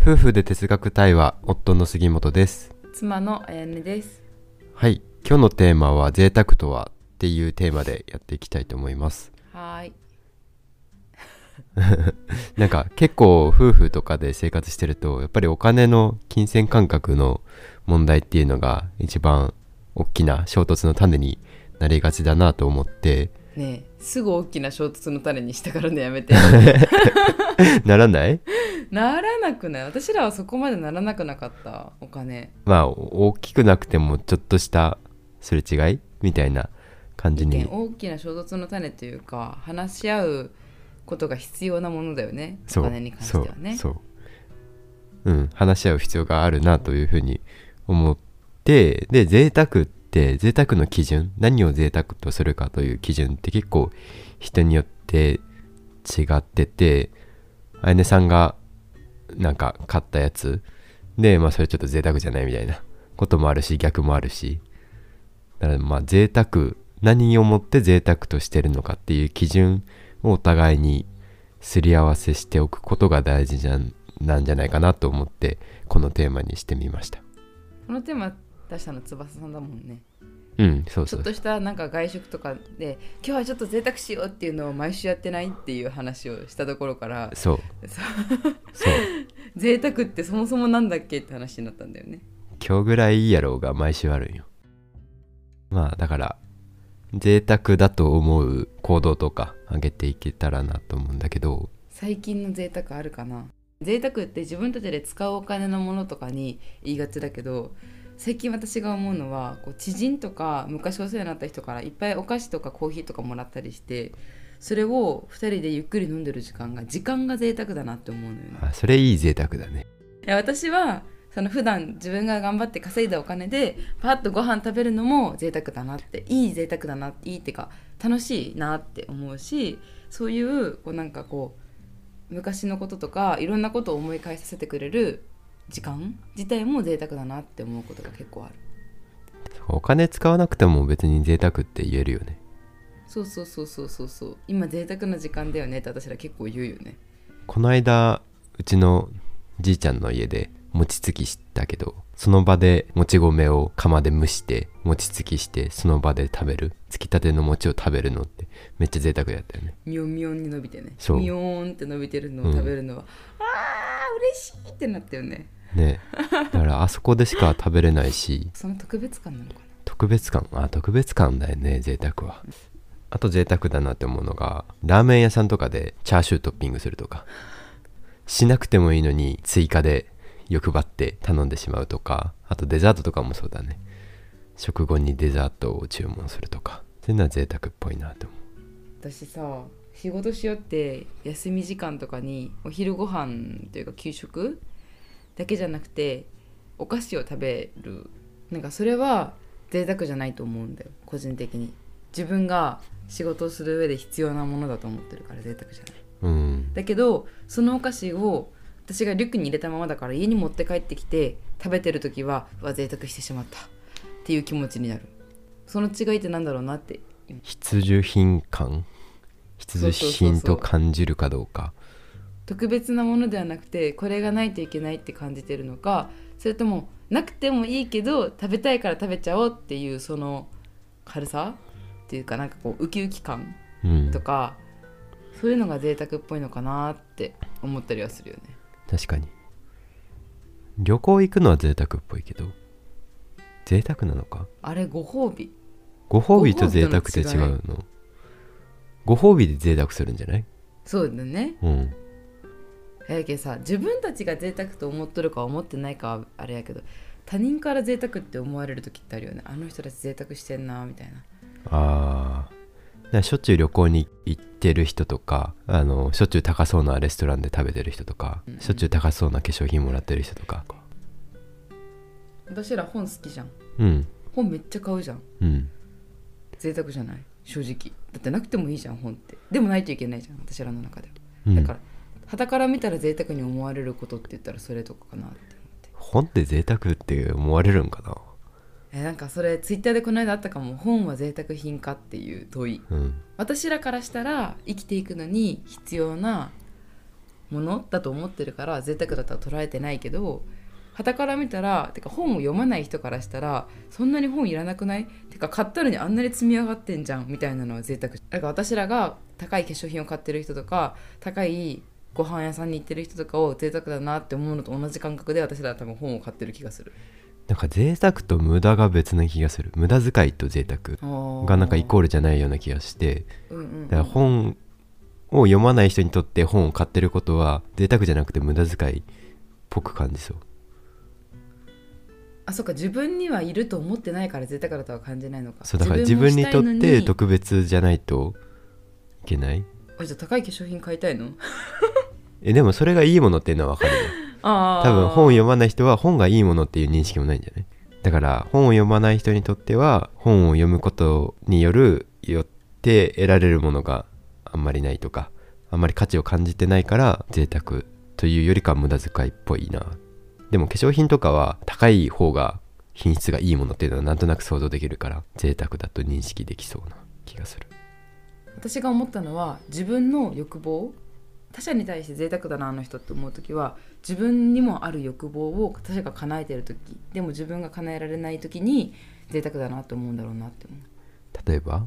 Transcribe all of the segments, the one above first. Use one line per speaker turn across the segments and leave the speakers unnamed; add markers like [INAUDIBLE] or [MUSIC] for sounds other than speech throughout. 夫婦で哲学対話夫の杉本です
妻のあやねです
はい今日のテーマは贅沢とはっていうテーマでやっていきたいと思います
はーい
なんか結構夫婦とかで生活してるとやっぱりお金の金銭感覚の問題っていうのが一番大きな衝突の種になりがちだなと思って [LAUGHS]
ねえすぐ大きな衝突の種にしたからねやめ [LAUGHS] て
ならない
ならなくない私らはそこまでならなくなかったお金
まあ大きくなくてもちょっとしたすれ違いみたいな感じ
意見
に
大きな衝突の種というか話し合うことが必要なものだよねお
そう
金に関してはね
そうそううん話し合う必要があるなというふうに思ってで贅沢って贅沢の基準何を贅沢とするかという基準って結構人によって違っててあやねさんがなんか買ったやつでまあそれちょっと贅沢じゃないみたいなこともあるし逆もあるしだからまあ贅沢何をもって贅沢としてるのかっていう基準をお互いにすり合わせしておくことが大事じゃんなんじゃないかなと思ってこのテーマにしてみました
このテーマ出したの翼さんだもんね
うんそう
ち
そ
ょっ
う
としたなんか外食とかで今日はちょっと贅沢しようっていうのを毎週やってないっていう話をしたところから
そう
そ
そう
贅沢ってそもそもなんだっけって話になったんだよね
今日ぐらいいいやろうが毎週あるんよまあだから贅沢だと思う行動とか上げていけたらなと思うんだけど
最近の贅沢あるかな贅沢って自分たちで使うお金のものとかに言いがちだけど最近私が思うのはこう知人とか昔お世話になった人からいっぱいお菓子とかコーヒーとかもらったりしてそれを2人でゆっくり飲んでる時間が時間が贅沢だなって思うのよね。
あそれいい贅沢だね
いや私はその普段自分が頑張って稼いだお金でパッとご飯食べるのも贅沢だなっていい贅沢だないいってか楽しいなって思うしそういうこうなんかこう昔のこととかいろんなことを思い返させてくれる時間自体も贅沢だなって思うことが結構ある
お金使わなくても別に贅沢って言えるよね
そうそうそうそうそうそう今贅沢な時間だよねって私ら結構言うよね
この間うちのじいちゃんの家で餅つきしたけどその場でもち米を釜で蒸して餅つきしてその場で食べるつきたての餅を食べるのってめっちゃ贅沢だったよね
ミョンミョンに伸びてねミ
そう
ョーンって伸びてるのを食べるのは、あー嬉しいってなったよね
ねだからあそこでしか食べれないし
その特別感なのかな
特別感あ特別感だよね贅沢はあと贅沢だなって思うのがラーメン屋さんとかでチャーシュートッピングするとかしなくてもいいのに追加で欲張って頼んでしまうとかあとデザートとかもそうだね食後にデザートを注文するとかそういうのは贅沢っぽいなと思
私さ仕事しようって休み時間とかにお昼ご飯というか給食だけじゃなくてお菓子を食べるなんかそれは贅沢じゃないと思うんだよ個人的に自分が仕事をする上で必要なものだと思ってるから贅沢じゃないう
うん
だけどそのお菓子を私がリュックに入れたままだから家に持って帰ってきて食べてる時はうわ贅沢してしまったっていう気持ちになるその違いってなんだろうなって
必需品感必需品と感じるかどうか
特別なものではなくてこれがないといけないって感じてるのかそれともなくてもいいけど食べたいから食べちゃおうっていうその軽さっていうかなんかこうウキウキ感
うん
とか、そういうのが贅沢っぽいのかなって思ったりはするよね
確かに旅行行くのは贅沢っぽいけど贅沢なのか
あれご褒美
ご褒美と贅沢って違
ご褒
うのご褒美で贅沢するんじゃない
そうだね
うん
やけどさ自分たちが贅沢と思っとるか思ってないかはあれやけど他人から贅沢って思われる時ってあるよねあの人たち贅沢してんなみたいな
あーだからしょっちゅう旅行に行ってる人とかあのしょっちゅう高そうなレストランで食べてる人とか、
うん
しょっちゅう高そうな化粧品もらってる人とか
私ら本好きじゃん
うん
本めっちゃ買うじゃん
うん
贅沢じゃない正直だってなくてもいいじゃん本ってでもないといけないじゃん私らの中では、
うん
だから傍から見たら贅沢に思われることって言ったらそれとかかなって思って
本って贅沢って思われるんか
えなんかそれツイッターでこの間あったかも本は贅沢品かっていう問い
なうん
私らからしたら生きていくのに必要なものだと思ってるから贅沢だとは捉えてないけど傍から見たらてか本を読まない人からしたらそんなに本いらなくないてか買ったのにあんなに積み上がってんじゃんみたいなのは贅沢だから私らが高い化粧品を買ってる人とか高いご飯屋さんに行ってる人とかを贅沢だなって思うのと同じ感覚で私らは多分本を買ってる気がする
なんか贅沢と無駄が別な気がする無駄遣いと贅沢がなんかイコ
ー
ールじゃないような気がして
ル、うんうんうん
だから本を読まない人にとって本を買ってることは贅沢じゃなくて無駄遣いっぽく感じそう
あそっか自分にはいると思ってないから贅沢だとは感じないのか
そうだから自分にとっ
自分もしたいの
て
に
特別じゃないといけない
あじゃあ高い化粧品買い
[LAUGHS]
たいの
えでもそれがいいものっていうのはわかるよ
ああ
多分本を読まない人は本がいいものっていう認識もないんじゃないだから本を読まない人にとっては本を読むことによるよって得られるものがあんまりないとかあんまり価値を感じてないから贅沢というよりかは無駄遣いっぽいなでも化粧品とかは高い方が品質がいいものっていうのはなんとなく想像できるから贅沢だと認識できそうな気がする
私が思ったのは自分の欲望他者に対して贅沢だなあの人って思う時は自分にもある欲望を他者が叶えてる時でも自分が叶えられない時に贅沢だなって思うんだろうなって思う
例えば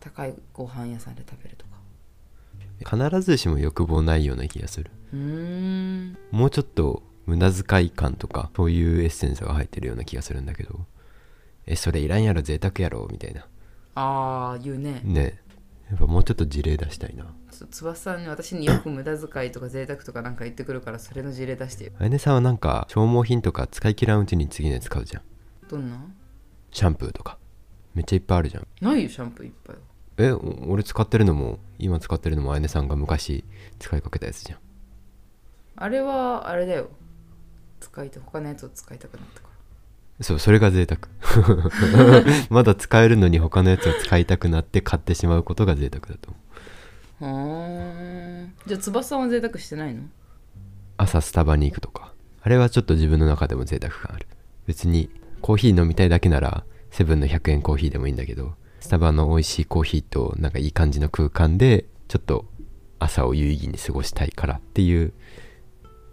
高いご飯屋さんで食べるとか
必ずしも欲望ないような気がする
うーん
もうちょっと無駄遣い感とかそういうエッセンスが入ってるような気がするんだけどえそれいらんやろ贅沢やろみたいな
ああ言うね
ねやっぱもうちょっと事例出したいな
ちょっと翼さんに私によく無駄遣いとか贅沢とかなんか言ってくるからそれの事例出してよ
あやねさんはなんか消耗品とか使い切らんうちに次のやつ買うじゃん
どんな
シャンプーとかめっちゃいっぱいあるじゃん
ないよシャンプーいっぱい
えお俺使ってるのも今使ってるのもあやねさんが昔使いかけたやつじゃん
あれはあれだよ使いた他のやつを使いたくなったから
そうそれが贅沢 [LAUGHS] まだ使えるのに他のやつを使いたくなって買ってしまうことが贅沢だと思う
ふーんじゃあ翼さんは贅沢してないの
朝スタバに行くとかあれはちょっと自分の中でも贅沢感ある別にコーヒー飲みたいだけならセブンの100円コーヒーでもいいんだけどスタバの美味しいコーヒーとなんかいい感じの空間でちょっと朝を有意義に過ごしたいからっていう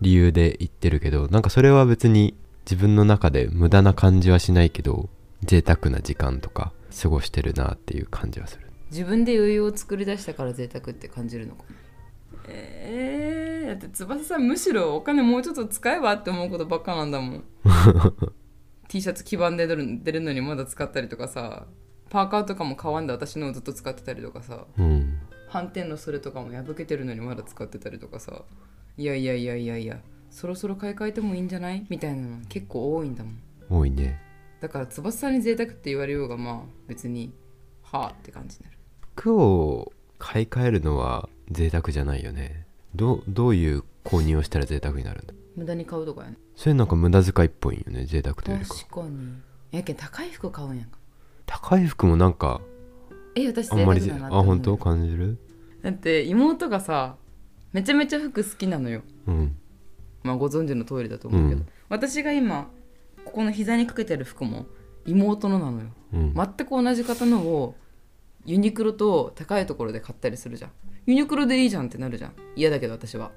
理由で言ってるけどなんかそれは別に自分の中で無駄な感じはしないけど贅沢な時間とか過ごしてるなっていう感じはする
自分で余裕を作り出したから贅沢って感じるのかなえー、だって翼さんむしろお金もうちょっと使えばって思うことばっかなんだも [LAUGHS] ん T シャツ基盤で出る出るのにまだ使ったりとかさパーカーとかも買わんで私のをずっと使ってたりとかさ
うん
反転のそれとかも破けてるのにまだ使ってたりとかさいやいやいやいやいやそろそろ買い替えてもいいんじゃないみたいなの結構多いんだもん
多いね
だから翼さんに贅沢って言われようがまあ別にはあって感じになる
服を買い替えるのは贅沢じゃないよねどどういう購入をしたら贅沢になるんだ
無駄に買うとかやね
それなんか無駄遣いっぽいんよね贅沢というよりか
確かにやけん高い服買うんやんか
高い服もなんか
え私
あ
贅
ん
沢
まり
だ
ぜ
なって
あ
思う
本当感じる
だって妹がさめちゃめちゃ服好きなのよ
うん
まあご存知の通りだと思うけど、
うん
私が今ここの膝にかけてる服も妹のなのよ
うん、
全く同じ型のをユニクロと高いところで買ったりするじゃんユニクロでいいじゃんってなるじゃん嫌だけど私は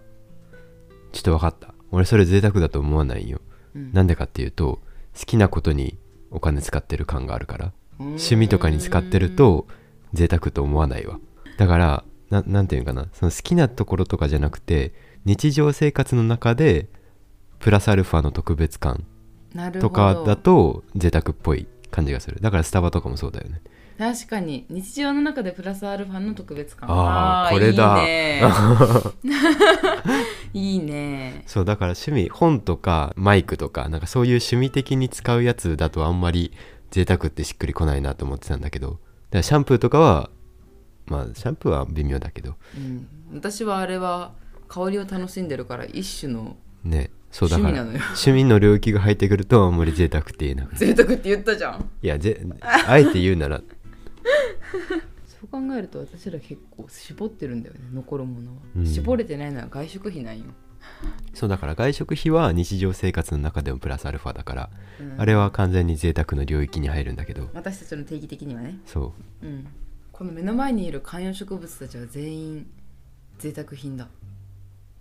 ちょっと分かった俺それ贅沢だと思わないよ、
うん
なんでかっていうと好きなことにお金使ってる感があるから趣
趣
味とかに使ってると贅沢と思わないわだからななんていうのかなその好きなところとかじゃなくて日常生活の中でプラスアルファの特別感とかだと贅沢っぽい感じがするだからスタバとかもそうだよね
確かに日常の中でプラスアルファの特別感
あー
ー
これだ
いいね
[LAUGHS]
いいね
そうだから趣味本とかマイクとかなんかそういう趣味的に使うやつだとあんまり贅沢ってしっくりこないなと思ってたんだけどだからシャンプーとかはまあシャンプーは微妙だけど
うん、私はあれは香りを楽しんでるから一種の
ねそうだ
趣
か
味
ら
なのよ
趣味の領域が入ってくるとあんまり贅沢って言えなくなる
贅沢って言ったじゃん
いやぜあえて言うなら
そう考えると私ら結構絞ってるんだよね残るものは、
うん
絞れてないのは外食費なんよ、
そうだから外食費は日常生活の中でもプラスアルファだから、
うん
あれは完全に贅沢の領域に入るんだけど
私たちの定義的にはね、
そ
うん、この目の前にいる観葉植物たちは全員贅沢品だ
う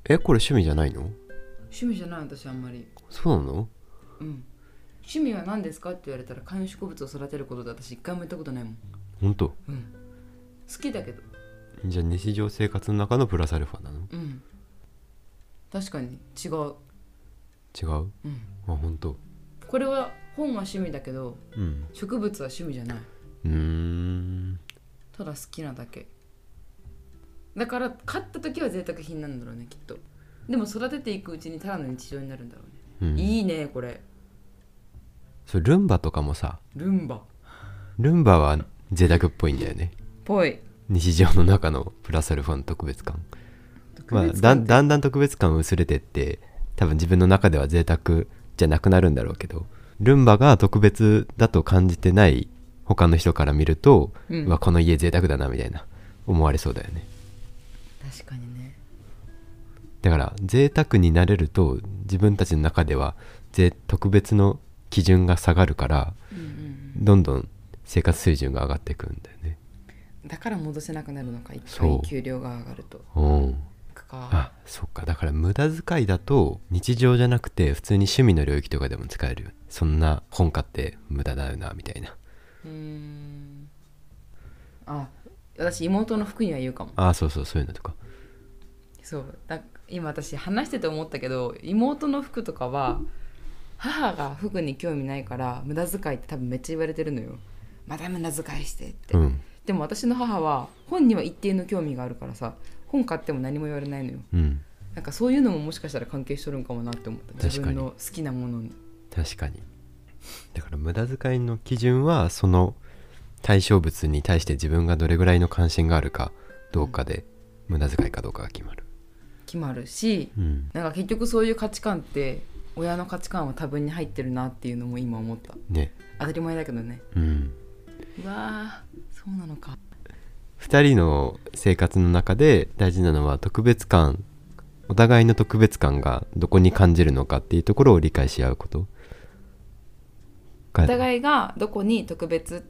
えこれ趣味じゃないの
趣味じゃない私あんまり、
そうなの
うん、趣味は何ですかって言われたら観葉植物を育てることで私一回も言ったことないもん、
本当
うん、好きだけど
じゃあ日常生活の中のプラスアルファなの
うん確かに違う、
違う
うん、
あ本当
これは本は趣味だけど
うん
植物は趣味じゃないう
ーん
ただ好きなだけだから買った時は贅沢品なんだろうねきっとでも育てていくうちにただの日常になるんだろうね、
うん
いいねこれ
そうルンバとかもさ
ルンバっ
ルンバは贅沢っぽいんだよね
ぽい
日常の中のプラスアルファの特別感まあ、だん
だ
だんだん特別感薄れてって多分自分の中では贅沢じゃなくなるんだろうけどルンバが特別だと感じてない他の人から見ると、
う
うんわこの家贅沢だなみたいな思われそうだよね
確かにね
だから贅沢になれると自分たちの中ではぜ特別の基準が下がるから
うんうんうん
どんどん生活水準が上がっていくんだよね
だから戻せなくなるのか一
そ
回
う
給料が上がると
うん
か
あそっかだから無駄遣いだと日常じゃなくて普通に趣味の領域とかでも使えるよそんな本買って無駄だよなみたいな
うーんあ私妹の服には言うかも
あそうそうそういうのとか
そうだ今私話してて思ったけど妹の服とかは母が服に興味ないから無駄遣いって多分めっちゃ言われてるのよまた無駄遣いしてって、
うん
でも私の母は本には一定の興味があるからさ本買っても何も言われないのよ
うん
なんかそういうのももしかしたら関係しとるんかもなって思った自
確か
分
に
の好きなものに
確かにだから無駄遣いの基準はその対象物に対して自分がどれぐらいの関心があるかどうかで無駄遣いかどうかが決まる
決まるし
うん
なんか結局そういう価値観って親の価値観は多分に入ってるなっていうのも今思った
ね
当たり前だけどね
うん
うわーそうなのか
2人の生活の中で大事なのは特別感お互いの特別感がどこに感じるのかっていうところを理解し合うこと
お
が
互いがどこに特別っ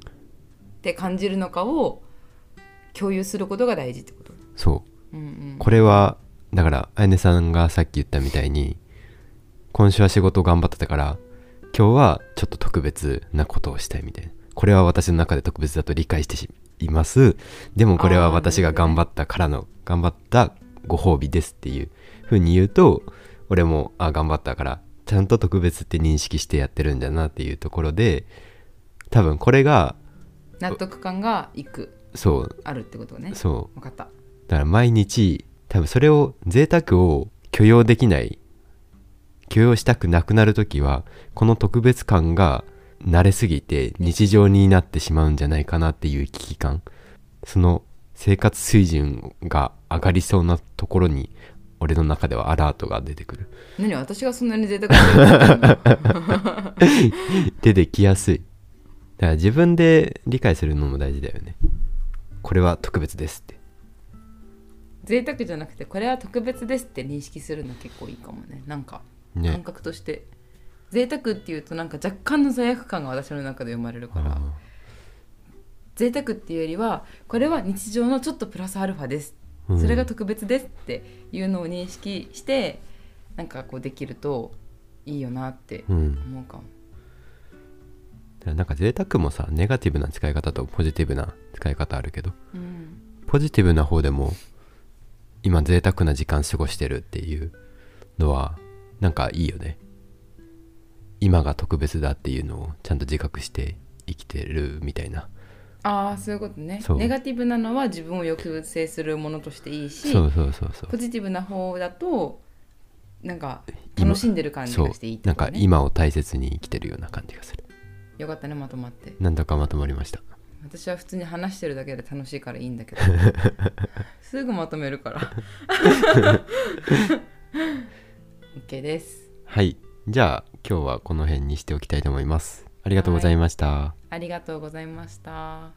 て感じるのかを共有することが大事ってこと。
そ
うんうん
う、これはだからあやねさんがさっき言ったみたいに今週は仕事頑張ってたから今日はちょっと特別なことをしたいみたいなこれは私の中で特別だと理解してしいますでもこれ
あ
は
ー
私が
なる
頑
ほどね
張ったからの頑張ったご褒美ですっていうふうに言うと俺もあ頑張ったからちゃんと特別って認識してやってるんだなっていうところで多分これが
納得感がいく
そう
あるってことね。
そう
分かった。
だから毎日多分それを贅沢を許容できない許容したくなくなる時はこの特別感が慣れすぎて日常になってしまうんじゃないかなっていう危機感その生活水準が上がりそうなところに俺の中ではアラートが出てくる
何私がそんなに贅沢してるの
出てきやすいだから自分で理解するのも大事だよねこれは特別ですって
贅沢じゃなくてこれは特別ですって認識するの結構いいかもね。なんか
ね
感覚として、贅沢っていうとなんか若干の罪悪感が私の中で生まれるから。贅沢っていうよりはこれは日常のちょっとプラスアルファです、
うん
それが特別ですっていうのを認識してなんかこうできるといいよなって
うん
思うかも、
だからなんか贅沢もさネガティブな使い方とポジティブな使い方あるけど
うん
ポジティブな方でも今贅沢な時間過ごしてるっていうのはなんかいいよね今が特別だっていうのをちゃんと自覚して生きてるみたいな
ああそういうことね
そう
ネガティブなのは自分を抑制するものとしていいし
そうそうそうそう
ポジティブな方だとなんか
今
楽しんでる感じ
そう
がしていいって
なん
こ
か
と、ね、
今を大切に生きてるような感じがする
よかったねまとまって
なんだかまとまりました
私は普通に話してるだけで楽しいからいいんだけ [LAUGHS] どすぐまとめるから OK です
はいじゃあ今日はこの辺にしておきたいと思いますありがとうございました、
ありがとうございました